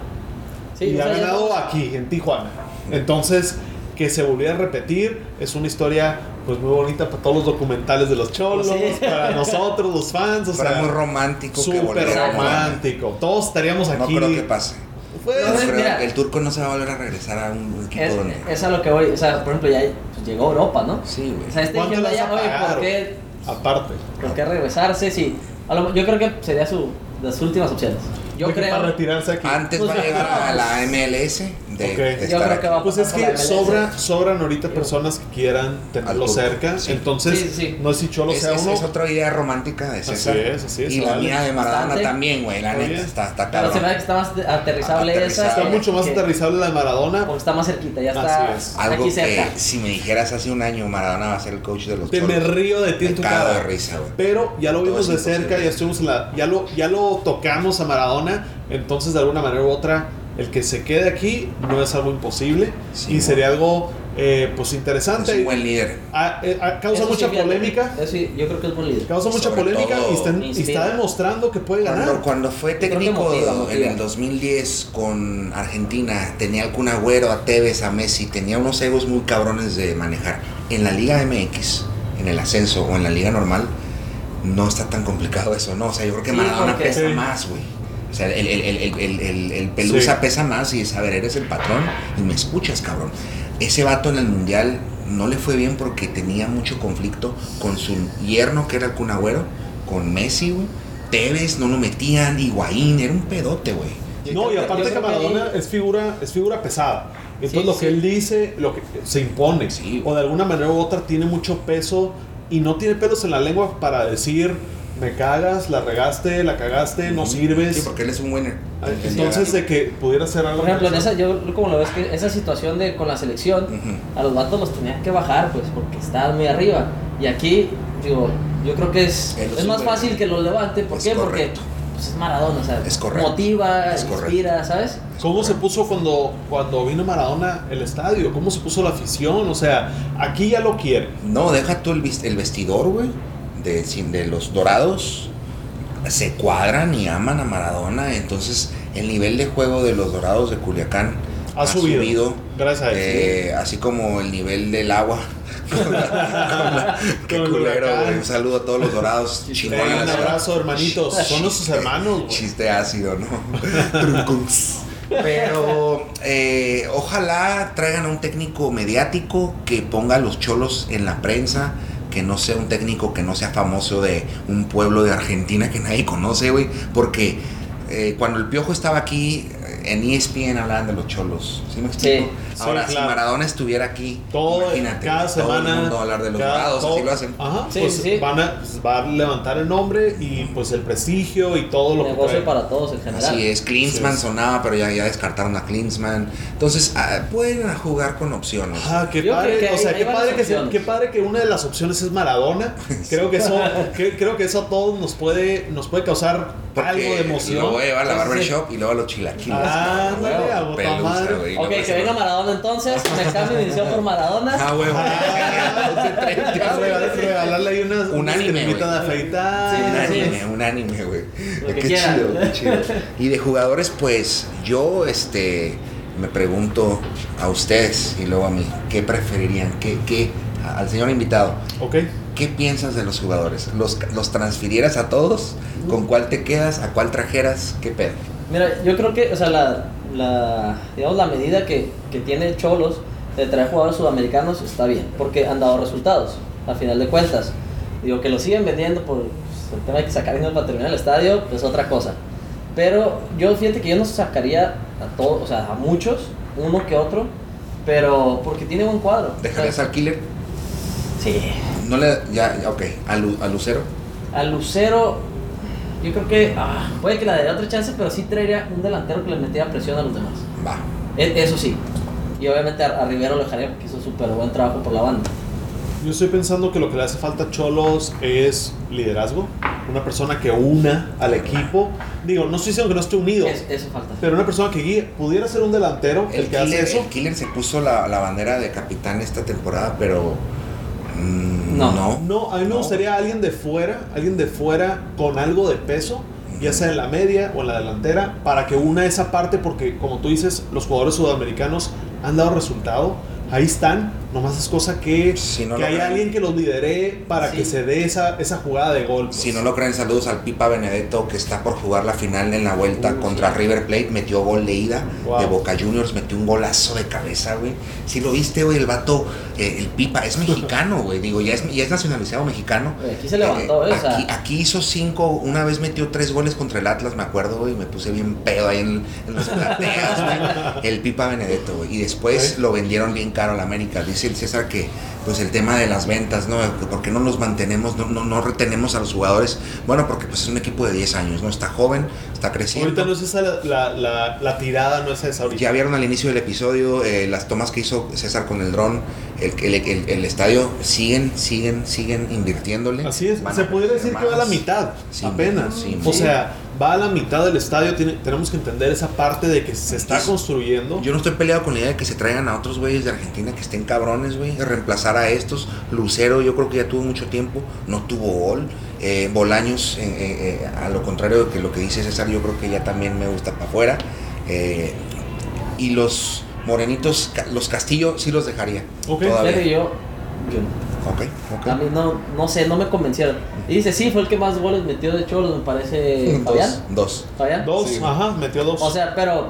D: sí,
C: y
D: o
C: ha
D: sea, ya
C: ganado
D: no-
C: aquí, en Tijuana. Entonces, que se volviera a repetir es una historia pues muy bonita para todos los documentales de los cholos,
D: Sí.
C: para nosotros los fans, o
E: Fuera
C: sea,
E: muy romántico que
C: súper
E: volviera a Morelia.
C: romántico. Todos estaríamos
E: No
C: aquí.
E: creo que pase.
C: Pues,
E: No
D: Pues,
E: creo,
D: mira.
E: el turco no se va a volver a regresar a un equipo
D: Es,
E: donde.
D: es a lo que voy. O sea, por ejemplo, ya pues, llegó a Europa, ¿no?
E: Sí, güey.
D: O sea, este
C: ¿Cuánto
D: diciendo
C: le vas
D: ya,
C: a
D: oye,
C: pagar,
D: ¿por
C: o-
D: qué,
C: aparte.
D: por qué regresarse? Sí. A lo- yo creo que sería su, las últimas opciones. Yo
C: De que Para
D: creo.
C: retirarse aquí.
E: Antes
D: Pues,
E: va a llegar a la MLS de, de
C: Ok. Yo
D: Yo
E: estar
D: creo que va a
C: Pues
D: pasar
C: es
D: por la
C: que
D: MLS.
C: sobra, sobran ahorita personas que quieran tenerlo
E: Al turco,
C: cerca.
E: sí.
C: Entonces,
D: Sí, sí.
C: no es si Cholo
E: Es,
C: sea
E: es-
C: uno.
E: es otra idea romántica de César.
C: es, así es,
E: Y la
C: vale.
E: mía de Maradona
D: Bastante.
E: también, güey. La
C: Está
E: neta
C: bien.
E: está, está
D: Pero se me da
E: cabrón.
D: que está más de- aterrizable, esa.
E: Aterrizable.
C: Está
D: que-
C: mucho más
D: que-
C: aterrizable la de Maradona.
D: Porque está más cerquita, ya
C: Así
D: está
C: es.
E: Algo
D: aquí cerca.
E: que si me dijeras hace un año Maradona va a ser el coach de los
C: Te me
E: Cholos,
C: río de ti en
E: me
C: tu
E: cago
C: cara.
E: de risa, güey.
C: Pero ya lo
E: Todo
C: vimos
E: es
C: de
E: imposible.
C: cerca, ya estuvimos en la, ya lo, ya lo tocamos a Maradona, entonces de alguna manera u otra, el que se quede aquí no es algo imposible y
E: Sí, bueno.
C: sería algo eh, pues
E: Es un
C: interesante.
E: buen líder.
C: Ah, eh, ah, causa
D: Eso sí,
C: mucha
D: fíjate,
C: polémica,
D: eso sí, yo creo que es buen líder.
C: causa mucha
E: Sobre
C: polémica
E: todo,
C: y, está, y
D: inspira.
C: está demostrando que puede
E: Cuando,
C: ganar.
E: cuando fue
D: creo que
E: técnico
D: motiva, motiva.
E: en el 2010 con Argentina, tenía al Kun Agüero, a Tevez, a Messi, tenía unos egos muy cabrones de manejar. En la Liga MX, en el ascenso o en la Liga normal, no está tan complicado eso, ¿no? O sea, yo creo que
D: Sí,
E: Maradona
D: porque-
E: pesa
C: Sí.
E: más, güey. O sea, el, el- el- el- el- el- el pelusa
C: Sí.
E: pesa más y es, a ver, eres el patrón y me escuchas, cabrón. Ese vato en el Mundial no le fue bien porque tenía mucho conflicto con su yerno, que era el Kun Agüero, con Messi, güey. Tevez no lo metían, Higuaín, era un pedote, güey.
C: No, y
D: Yo
C: aparte que
D: creo que ahí-
C: Maradona es figura, es figura pesada. Entonces
D: Sí,
C: lo que
D: sí.
C: él dice, lo que se impone,
E: Sí.
C: o de alguna manera u otra tiene mucho peso y no tiene pelos en la lengua para decir me cagas, la regaste, la cagaste, no sirves. Ah,
E: Sí, porque él es un winner.
C: Entonces de que pudiera ser algo.
D: Por ejemplo, en esa,
C: interesante.
D: yo como lo ves que esa situación de con la selección,
E: Ujú.
D: a los vatos los tenían que bajar, pues, porque estaban muy arriba. Y aquí, digo, yo creo que es,
E: Él lo
D: es más
E: sube.
D: fácil que los levante. ¿Por
E: Es
D: qué?
E: correcto.
D: Porque pues, es Maradona, o sea,
E: Es correcto.
D: motiva,
E: Es correcto.
D: inspira, ¿sabes?
C: ¿Cómo se puso cuando, cuando vino Maradona el estadio? ¿Cómo se puso la afición? O sea, aquí ya lo quiere.
E: No, deja tú el, vis- el vestidor, güey, de, sin- de los dorados. Se cuadran y aman a Maradona. Entonces, el nivel de juego de los dorados de Culiacán
C: Ha, subido. Ah, Gracias a él.
E: Eh, así como el nivel del agua. Qué
C: Con el
E: culero,
C: huracán.
E: güey. Un saludo a todos los dorados.
C: Ey,
E: Chingón.
C: un abrazo, hermanitos. Son nuestros hermanos, güey.
E: Chiste ácido, ¿no? Truncos. Pero eh, ojalá traigan a un técnico mediático que ponga a los cholos en la prensa, que no sea un técnico que no sea famoso de un pueblo de Argentina que nadie conoce, güey. Porque eh, cuando el Piojo estaba aquí, eh, en ESPN hablaban de los cholos. ¿Sí me explico?
C: Sí,
E: Ahora,
C: claro.
E: si Maradona estuviera aquí,
C: Todo,
E: imagínate,
C: cada
E: todo
C: semana.
E: el mundo va a hablar de los
C: cada-
E: dorados,
C: todo-
E: así lo hacen.
C: Ajá,
D: Sí,
C: pues
D: sí, sí.
C: Van a, pues, va a levantar el nombre y pues el prestigio y todo lo que
D: Negocio
C: trae.
D: para todos en general.
E: Así es, Klinsmann
C: Así es.
E: sonaba, pero ya, ya descartaron a Klinsmann. Entonces, ah, pueden jugar con opciones.
C: Ah, qué
D: Yo creo
C: padre,
D: que
C: o
D: hay-
C: sea,
D: hay
C: qué
D: varias
C: padre, que se-
D: opciones.
C: qué padre que una de las opciones es Maradona. Creo que eso, que- creo que eso a todos nos puede, nos puede causar
E: Porque
C: algo de emoción.
E: Luego lleva a la
D: Sí, sí.
E: barbershop y luego a los chilaquiles.
C: Ah,
E: cabrón,
C: ándale,
E: huevo,
C: a botar
E: pelusa,
C: madre.
E: güey,
D: Ok,
E: no
D: que
E: pasa
D: venga
E: nada.
D: Maradona entonces, me cambio mi edición por Maradona. Ah,
E: Ah, huevo.
C: Ya, regal- Regalarle ahí unas,
E: Un
C: unas
E: anime,
C: cremitas de
E: güey.
C: afeitar.
D: Sí,
E: Un
D: así
E: anime,
D: es.
E: un anime, güey.
D: Lo que
E: Qué
D: quieran.
E: chido, qué chido. Y de jugadores, pues, yo, este, me pregunto a ustedes y luego a mí, ¿qué preferirían? ¿Qué, qué? Al señor invitado,
C: Ok.
E: ¿Qué piensas de los jugadores? ¿Los, los transfirieras a todos? ¿Con cuál te quedas? ¿A cuál trajeras? ¿Qué pedo?
D: Mira, yo creo que, o sea, la, la, digamos, la medida que, que tiene Cholos de traer jugadores sudamericanos está bien, porque han dado resultados, a final de cuentas. Digo, que lo siguen vendiendo por pues, el tema de que sacar dinero para terminar el estadio, pues otra cosa. Pero yo, fíjate que yo no sacaría a todos, o sea, a muchos, uno que otro, pero porque tiene buen cuadro. O
E: ¿Dejarías
D: sea,
E: al killer?
D: Sí,
E: No le. Ya, ya, ok. ¿A, Lu- a Lucero?
D: a Lucero, yo creo que ah, puede que le daría otra chance, pero sí traería un delantero que le metiera presión a los demás.
E: Va.
D: E- Eso sí. Y obviamente a, a Rivero lo dejaría porque hizo súper buen trabajo por la banda.
C: Yo estoy pensando que lo que le hace falta a Cholos es liderazgo. Una persona que una al equipo. Digo, no estoy diciendo que no esté unido,
D: Es- eso falta.
C: pero una persona que guíe. Pudiera ser un delantero el,
E: El,
C: que
E: killer,
C: hace eso.
E: el Killer se puso la, la bandera de capitán esta temporada, pero. mm,
D: No.
C: No, a mí me
E: No.
C: gustaría alguien de fuera, alguien de fuera con algo de peso, ya sea en la media o en la delantera, para que una esa parte, porque como tú dices, los jugadores sudamericanos han dado resultado, ahí están. Nomás es cosa que,
E: Si no
C: que
E: lo
C: haya
E: creen.
C: alguien que los lidere para
G: Sí.
C: que se dé esa, esa jugada de gol. pues.
E: Si no lo creen, saludos al Pipa Benedetto que está por jugar la final en la vuelta contra River Plate. Metió gol de ida
C: Wow.
E: de Boca Juniors, metió un golazo de cabeza, güey. Si lo viste, güey, el vato, eh, el Pipa, es mexicano, güey. Digo, ya es, ya es nacionalizado mexicano.
G: Güey, aquí se levantó, ¿eh? O sea-
E: aquí, aquí hizo cinco, una vez metió tres goles contra el Atlas, me acuerdo, güey. Me puse bien pedo ahí en, en las plateas, güey. El Pipa Benedetto, güey. Y después
C: Ok.
E: lo vendieron bien caro a la América. Dice el César que pues el tema de las ventas, ¿no? ¿Por qué no los mantenemos, no, no, no retenemos a los jugadores? Bueno, porque pues es un equipo de 10 años, ¿no? Está joven, está
C: Ahorita no
E: creciendo.
C: es esa la, la, la- la tirada, no es esa ahorita.
E: Ya vieron al inicio del episodio eh, las tomas que hizo César con el dron, el, el, el- el estadio, siguen, siguen, siguen invirtiéndole.
C: Así es,
E: Van a
C: se podría
E: crecer
C: decir que va a la
E: más.
C: mitad,
E: Sí,
C: apenas.
E: sí,
C: o
E: sí.
C: sea, va a la mitad del estadio, tiene- tenemos que entender esa parte de que se está
E: Yo-
C: construyendo.
E: Yo no estoy peleado con la idea de que se traigan a otros güeyes de Argentina que estén cabrones, güey. Reemplazar a estos. Lucero, yo creo que ya tuvo mucho tiempo, no tuvo gol. Eh, Bolaños, eh, eh, eh, a lo contrario de que lo que dice César, yo creo que ya también me gusta para afuera. Eh, y los morenitos, ca- los Castillo, sí los dejaría.
C: Ok.
E: todavía.
G: Pero yo, yo-
E: Ok, ok.
G: a mí no, no sé, no me convencieron. Y dice, sí, fue el que más goles metió de Cholos, me parece
E: Dos,
G: Fabián.
E: dos.
G: Fabián.
C: dos,
E: Sí.
C: ajá, metió dos.
G: O sea, pero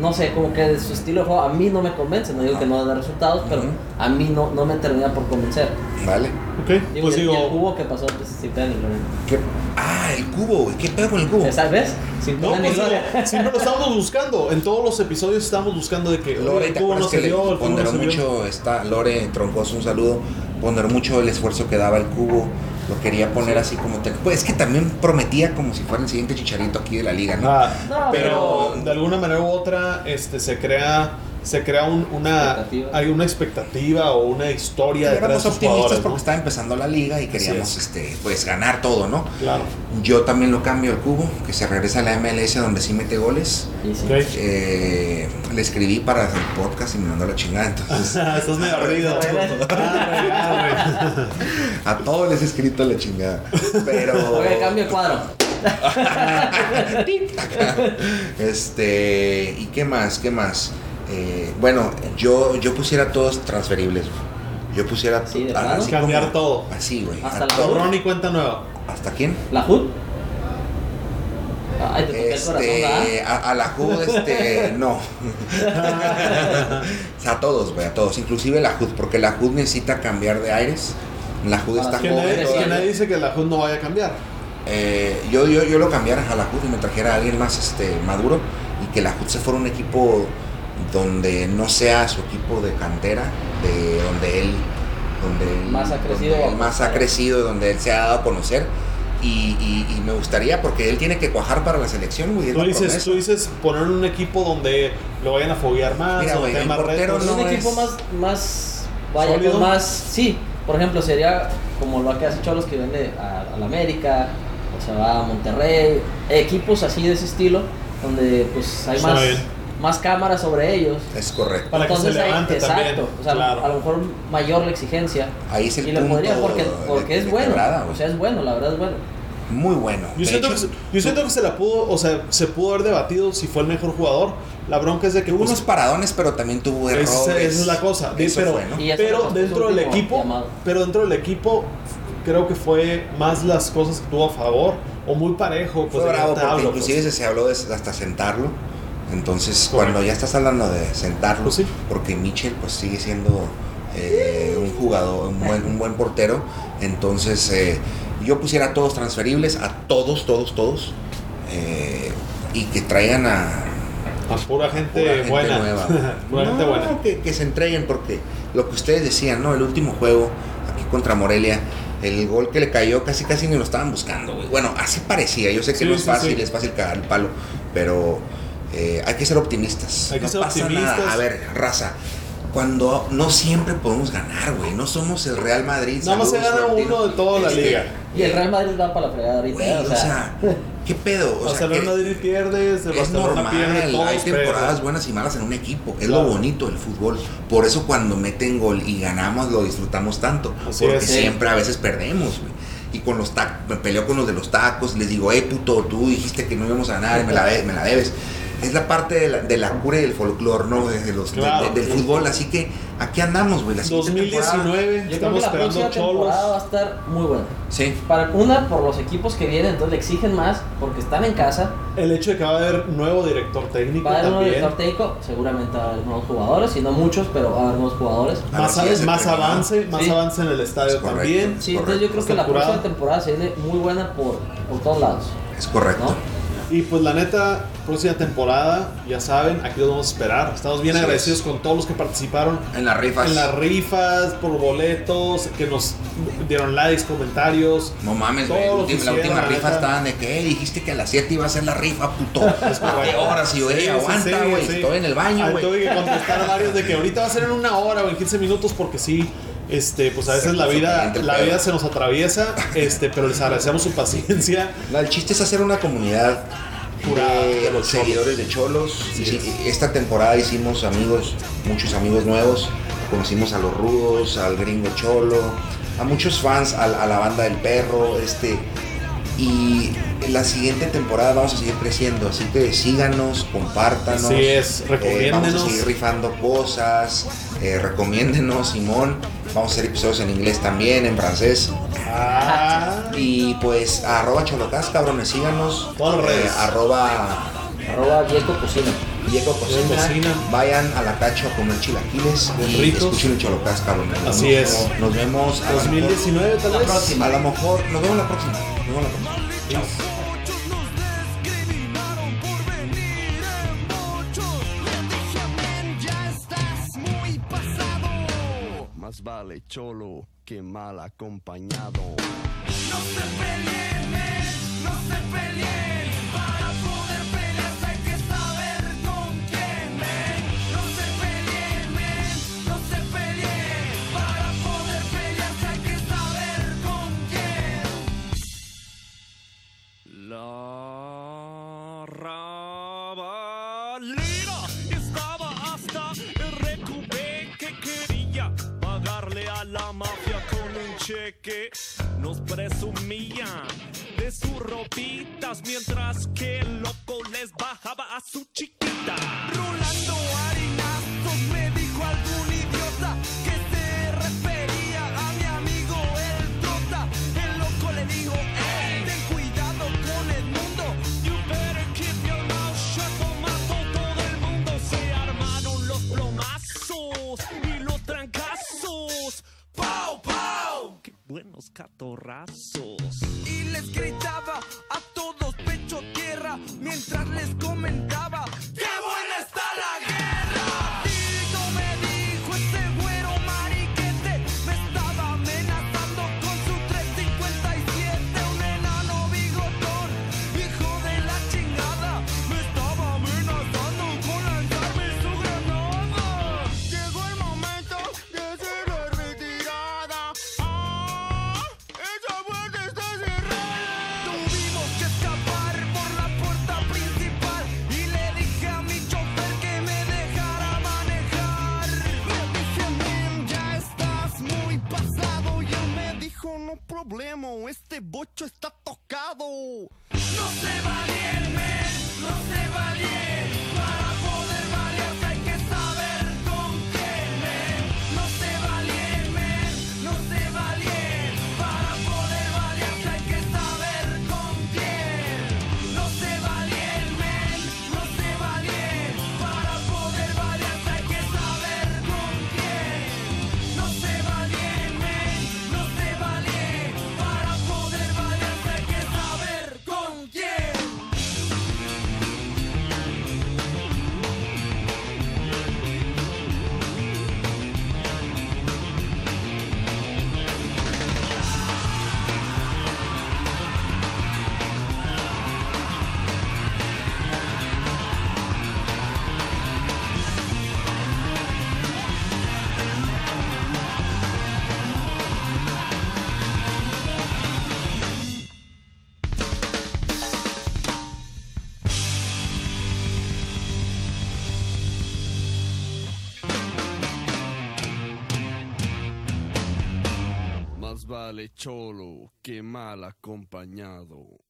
G: no sé, como que su estilo de juego a mí no me convence. No digo
C: Ah.
G: que no da resultados, pero
E: Ujú.
G: a mí no, no me termina por convencer.
E: Vale.
C: Ok,
G: Digo,
C: pues
G: y el, y el
C: digo,
G: cubo que pasó pues, sin pena ni gloria.
E: ¿Qué- Ah, el cubo, güey. ¿Qué pedo con el cubo?
G: Esa vez, sin pena
C: no,
G: ni
C: pues digo,
G: gloria.
C: siempre lo estamos buscando. En todos los episodios estamos buscando de que
E: Lore,
C: oye, el
E: ¿te
C: cubo
E: acuerdas
C: no
E: que
C: se dio,
E: le
C: el cubo no
E: ponderó
C: se dio.
E: mucho, está Lore Troncoso, un saludo, ponderó mucho el esfuerzo que daba el cubo, lo quería poner así como... Te, pues es que también prometía como si fuera el siguiente chicharito aquí de la liga, ¿no?
C: Ah,
G: No,
C: pero,
E: pero-
C: de alguna manera u otra este, se crea, se crea un- una,
G: Expectativa.
C: hay una expectativa o una historia detrás
E: Éramos
C: de los
E: optimistas
C: jugadores. ¿no?
E: porque estaba empezando la liga y
C: es.
E: queríamos este, pues ganar todo, ¿no?
C: Claro.
E: Yo también lo cambio al cubo, que se regresa a la MLS donde sí mete goles.
G: Y sí.
C: Ok.
E: Eh, le escribí para el podcast y me mandó la chingada, entonces...
C: Estás medio ardido. Ah, güey.
E: A todos les he escrito la chingada. Pero...
G: Oye, cambio de cuadro.
E: Este, ¿y qué más? ¿Qué más? Eh, bueno, yo, yo pusiera todos transferibles, güey. Yo pusiera
G: Sí, de
E: a-
G: plano.
E: así
C: Cambiar
E: como-
C: todo.
E: Así, güey.
G: Hasta la-
E: A todo.
C: Borrón y cuenta nueva.
E: ¿Hasta quién?
G: ¿La HUD? Ay, te toqué el corazón, ¿verdad?
E: Este, a, a la HUD, este, no. O sea, a todos, güey, a todos. Inclusive la HUD, porque la HUD necesita cambiar de aires. La HUD
G: Ah,
E: está
C: Que
G: Como
C: nadie,
E: joven
G: decía
C: que
E: todavía.
C: nadie dice que la HUD no vaya a cambiar.
E: Eh, yo, yo, yo lo cambiara a la HUD y me trajera a alguien más este, maduro y que la HUD se fuera un equipo donde no sea su equipo de cantera, de donde él, donde él-
G: Más ha crecido.
E: donde él más ha crecido, donde él se ha dado a conocer. Y, y- y me gustaría, porque él tiene que cuajar para la selección, güey. es
C: Tú
E: la
C: dices,
E: promesa.
C: tú dices poner un equipo donde lo vayan a foguear más,
E: Mira,
C: donde
E: güey,
C: tenga
E: el
C: más
E: portero
C: retos.
E: no
G: un equipo
E: es
G: más, más, vaya, con
C: sólido.
G: más, sí, por ejemplo, sería como lo que hace Cholos que vende a, a la América, o sea, va a Monterrey, equipos así de ese estilo, donde pues hay
C: Suena
G: más,
C: bien.
G: más cámaras sobre ellos.
E: Es correcto.
C: Para que se
G: ahí-
C: levante
G: exacto,
C: también.
G: o sea,
C: claro.
G: a lo mejor mayor la exigencia.
E: Ahí es el
G: Y lo
E: punto
G: podría porque,
E: de-
G: porque
E: de
G: es bueno,
E: quebrada, güey.
G: o sea, es bueno, la verdad es bueno.
E: Muy bueno.
C: Yo
E: De
C: siento,
E: hecho,
C: que se, yo siento que se la pudo, o sea, se pudo haber debatido si fue el mejor jugador. La bronca es de que
E: tuvo
C: pues,
E: unos paradones, pero también tuvo
C: Esa-
E: errores.
C: esa es la cosa. Di-
E: Eso
C: pero,
E: fue, ¿no?
G: Y eso
C: pero
G: es lo
C: dentro del
G: último
C: equipo,
G: llamado.
C: pero dentro del equipo creo que fue más las cosas que tuvo a favor o muy parejo. Pues,
E: Fue
C: de
E: bravo
C: gran
E: porque
C: tabla,
E: inclusive
C: pues.
E: se, se habló de hasta sentarlo. Entonces, cuando ya estás hablando de sentarlo,
C: Pues sí.
E: porque Mitchell pues sigue siendo eh, un jugador, un buen, un buen portero, entonces eh, yo pusiera a todos transferibles, a todos, todos, todos, eh, y que traigan a
C: A pura gente
E: pura gente
C: buena.
E: nueva.
C: Pura gente
E: No,
C: buena.
E: Que, que se entreguen porque lo que ustedes decían, ¿no? El último juego aquí contra Morelia. El gol que le cayó casi casi ni lo estaban buscando, güey. Bueno, así parecía. Yo sé que
C: Sí,
E: no es
C: sí,
E: fácil,
C: sí.
E: es fácil cagar el palo, pero eh, hay que ser optimistas.
C: Hay que
E: No
C: ser
E: pasa nada.
C: optimistas.
E: A ver, raza, cuando no siempre podemos ganar, güey. No somos el Real Madrid.
C: Nada más se
E: Saludos,
C: gana
E: Florentino.
C: uno de toda la liga.
G: Y el Real Madrid va para la fregada ahorita,
E: Güey,
G: eh,
E: o sea, ¿qué pedo?
C: O sea, el
E: ¿qué-
C: Real Madrid pierde, el
E: es
C: Barcelona
E: normal,
C: pierde, todos
E: hay temporadas
C: pierden.
E: buenas y malas en un equipo. Es
C: Claro.
E: lo bonito del fútbol. Por eso cuando meten gol y ganamos lo disfrutamos tanto.
C: Así
E: porque
C: es.
E: siempre a veces perdemos, güey. Y con los tacos, me peleo con los de los tacos, les digo, eh puto, tú dijiste que no íbamos a ganar, me la, de- me la debes. es la parte de la, de la cura y del folclore, ¿no? De, de los, de-
C: Claro.
E: de- del fútbol. Así que aquí andamos, güey. La siguiente temporada.
C: 2019,
G: Yo
C: estamos
G: creo que la próxima
C: esperando cholos.
G: temporada va a estar muy buena.
E: Sí.
G: Para una, por los equipos que vienen, entonces le exigen más porque están en casa.
C: El hecho de que va a haber nuevo director técnico
G: Va a haber un
C: también.
G: director técnico, seguramente va a haber nuevos jugadores, y no muchos, pero va a haber nuevos jugadores.
E: A ver
C: Más,
E: si ya se
C: más
E: terminó.
C: avance, más
G: Sí.
C: avance en el estadio
E: Es correcto.
C: también.
G: Sí, entonces
E: Correcto.
G: yo creo que la
C: Temporada.
G: próxima temporada se viene muy buena por, por todos lados,
E: Es
G: ¿no?
E: correcto.
C: Y pues la neta, próxima temporada, ya saben, aquí los vamos a esperar. Estamos bien
E: Así
C: agradecidos
E: es.
C: con todos los que participaron
E: En las rifas.
C: en las rifas, por boletos, que nos dieron likes, comentarios.
E: No mames, güey.
C: Todos
E: ulti-
C: los
E: La última
C: hicieron,
E: rifa
C: la neta.
E: estaban de que, eh, dijiste que a las 7 iba a ser la rifa, puto. ¿Qué
C: correcto.
E: horas? Y yo, eh,
C: Sí, sí,
E: aguanta,
C: sí,
E: güey.
C: sí.
E: Estoy en el
C: Ah,
E: baño,
C: tuve
E: güey.
C: que contestar a varios de que ahorita va a ser en una hora o en 15 minutos porque sí, este, pues a
E: Se
C: veces la
E: puso
C: vida,
E: caliente el
C: la
E: pedo.
C: vida se nos atraviesa, este, pero les agradecemos su paciencia.
E: No, el chiste es hacer una comunidad
C: Jurada
E: de
C: de
E: los
C: los
E: seguidores de Cholos.
C: Así
E: Hici- Esta temporada hicimos amigos, muchos amigos nuevos. Conocimos a los rudos, al gringo Cholo, a muchos fans, a, la- a la banda del perro, este. Y en la siguiente temporada vamos a seguir creciendo, así que síganos, compártanos. Eh,
C: Así es,
E: vamos a
C: recomiéndenos.
E: seguir rifando cosas, eh, recomiéndenos, Simón. Vamos a hacer episodios en inglés también, en francés.
C: Ah,
E: Y pues arroba cholocas, cabrones, síganos. Eh,
C: Todas las redes.
E: arroba
G: Arroba Vieco Cocina.
E: Diego Cocina.
C: Cocina.
E: Vayan a la cacho a comer chilaquiles y
C: Ricos.
E: escuchen el cholocas, cabrones. Nos
C: Así
E: vemos-
C: es.
E: Nos vemos a la mejor-
C: 2019 tal
G: La
C: vez.
G: próxima.
E: A lo mejor, nos vemos la próxima. Nos vemos la próxima.
B: Muchos nos discriminaron por venir en muchos. Les dije, men, ya estás muy pasado.
H: Más vale cholo que mal acompañado.
B: No se peleen, men, no se peleen. Para poder pelearse hay que saber con quién, men. No se peleen, men, no se peleen. Para poder pelearse hay que saber con quién. La rabalina estaba hasta el recubé que quería pagarle a la mafia con un cheque. Nos presumían de sus ropitas mientras que el loco les bajaba a su chiquita. Rulando harinazos me dijo algún idiota que se refería a mi amigo el trota. El loco le dijo, "Ey, ten cuidado con el mundo. You better keep your mouth shut, tomato. Todo el mundo se armaron los plomazos y los trancazos. ¡Pau, pau! ¡Qué buenos catorrazos! Y les gritaba a todos pecho tierra mientras les comentaba ¡Qué buena está la guerra! Tito me dijo ese güero mariquete me estaba amenazando con su 357 un enano bigotón hijo de la chingada me estaba amenazando con lanzarme su granada llegó el momento de hacer la retirada ¡Ah! ¡Esa puerta está cerrada! Tuvimos que escapar por la puerta principal Y le dije a mi chofer que me dejara manejar Le dije, men, ya estás muy pasado Y él me dijo, no problema, este bocho está tocado No se va bien, men, no se va bien Para poder variarse hay que saber con quién, men No se va bien, men, no se va bien Para poder variarse hay que saber con quién No se va bien, men, no se va bien Para poder variarse hay que saber con quién No se va bien, men, no se va bien Para poder variarse hay que saber con quién
H: Más vale cholo que mal acompañado.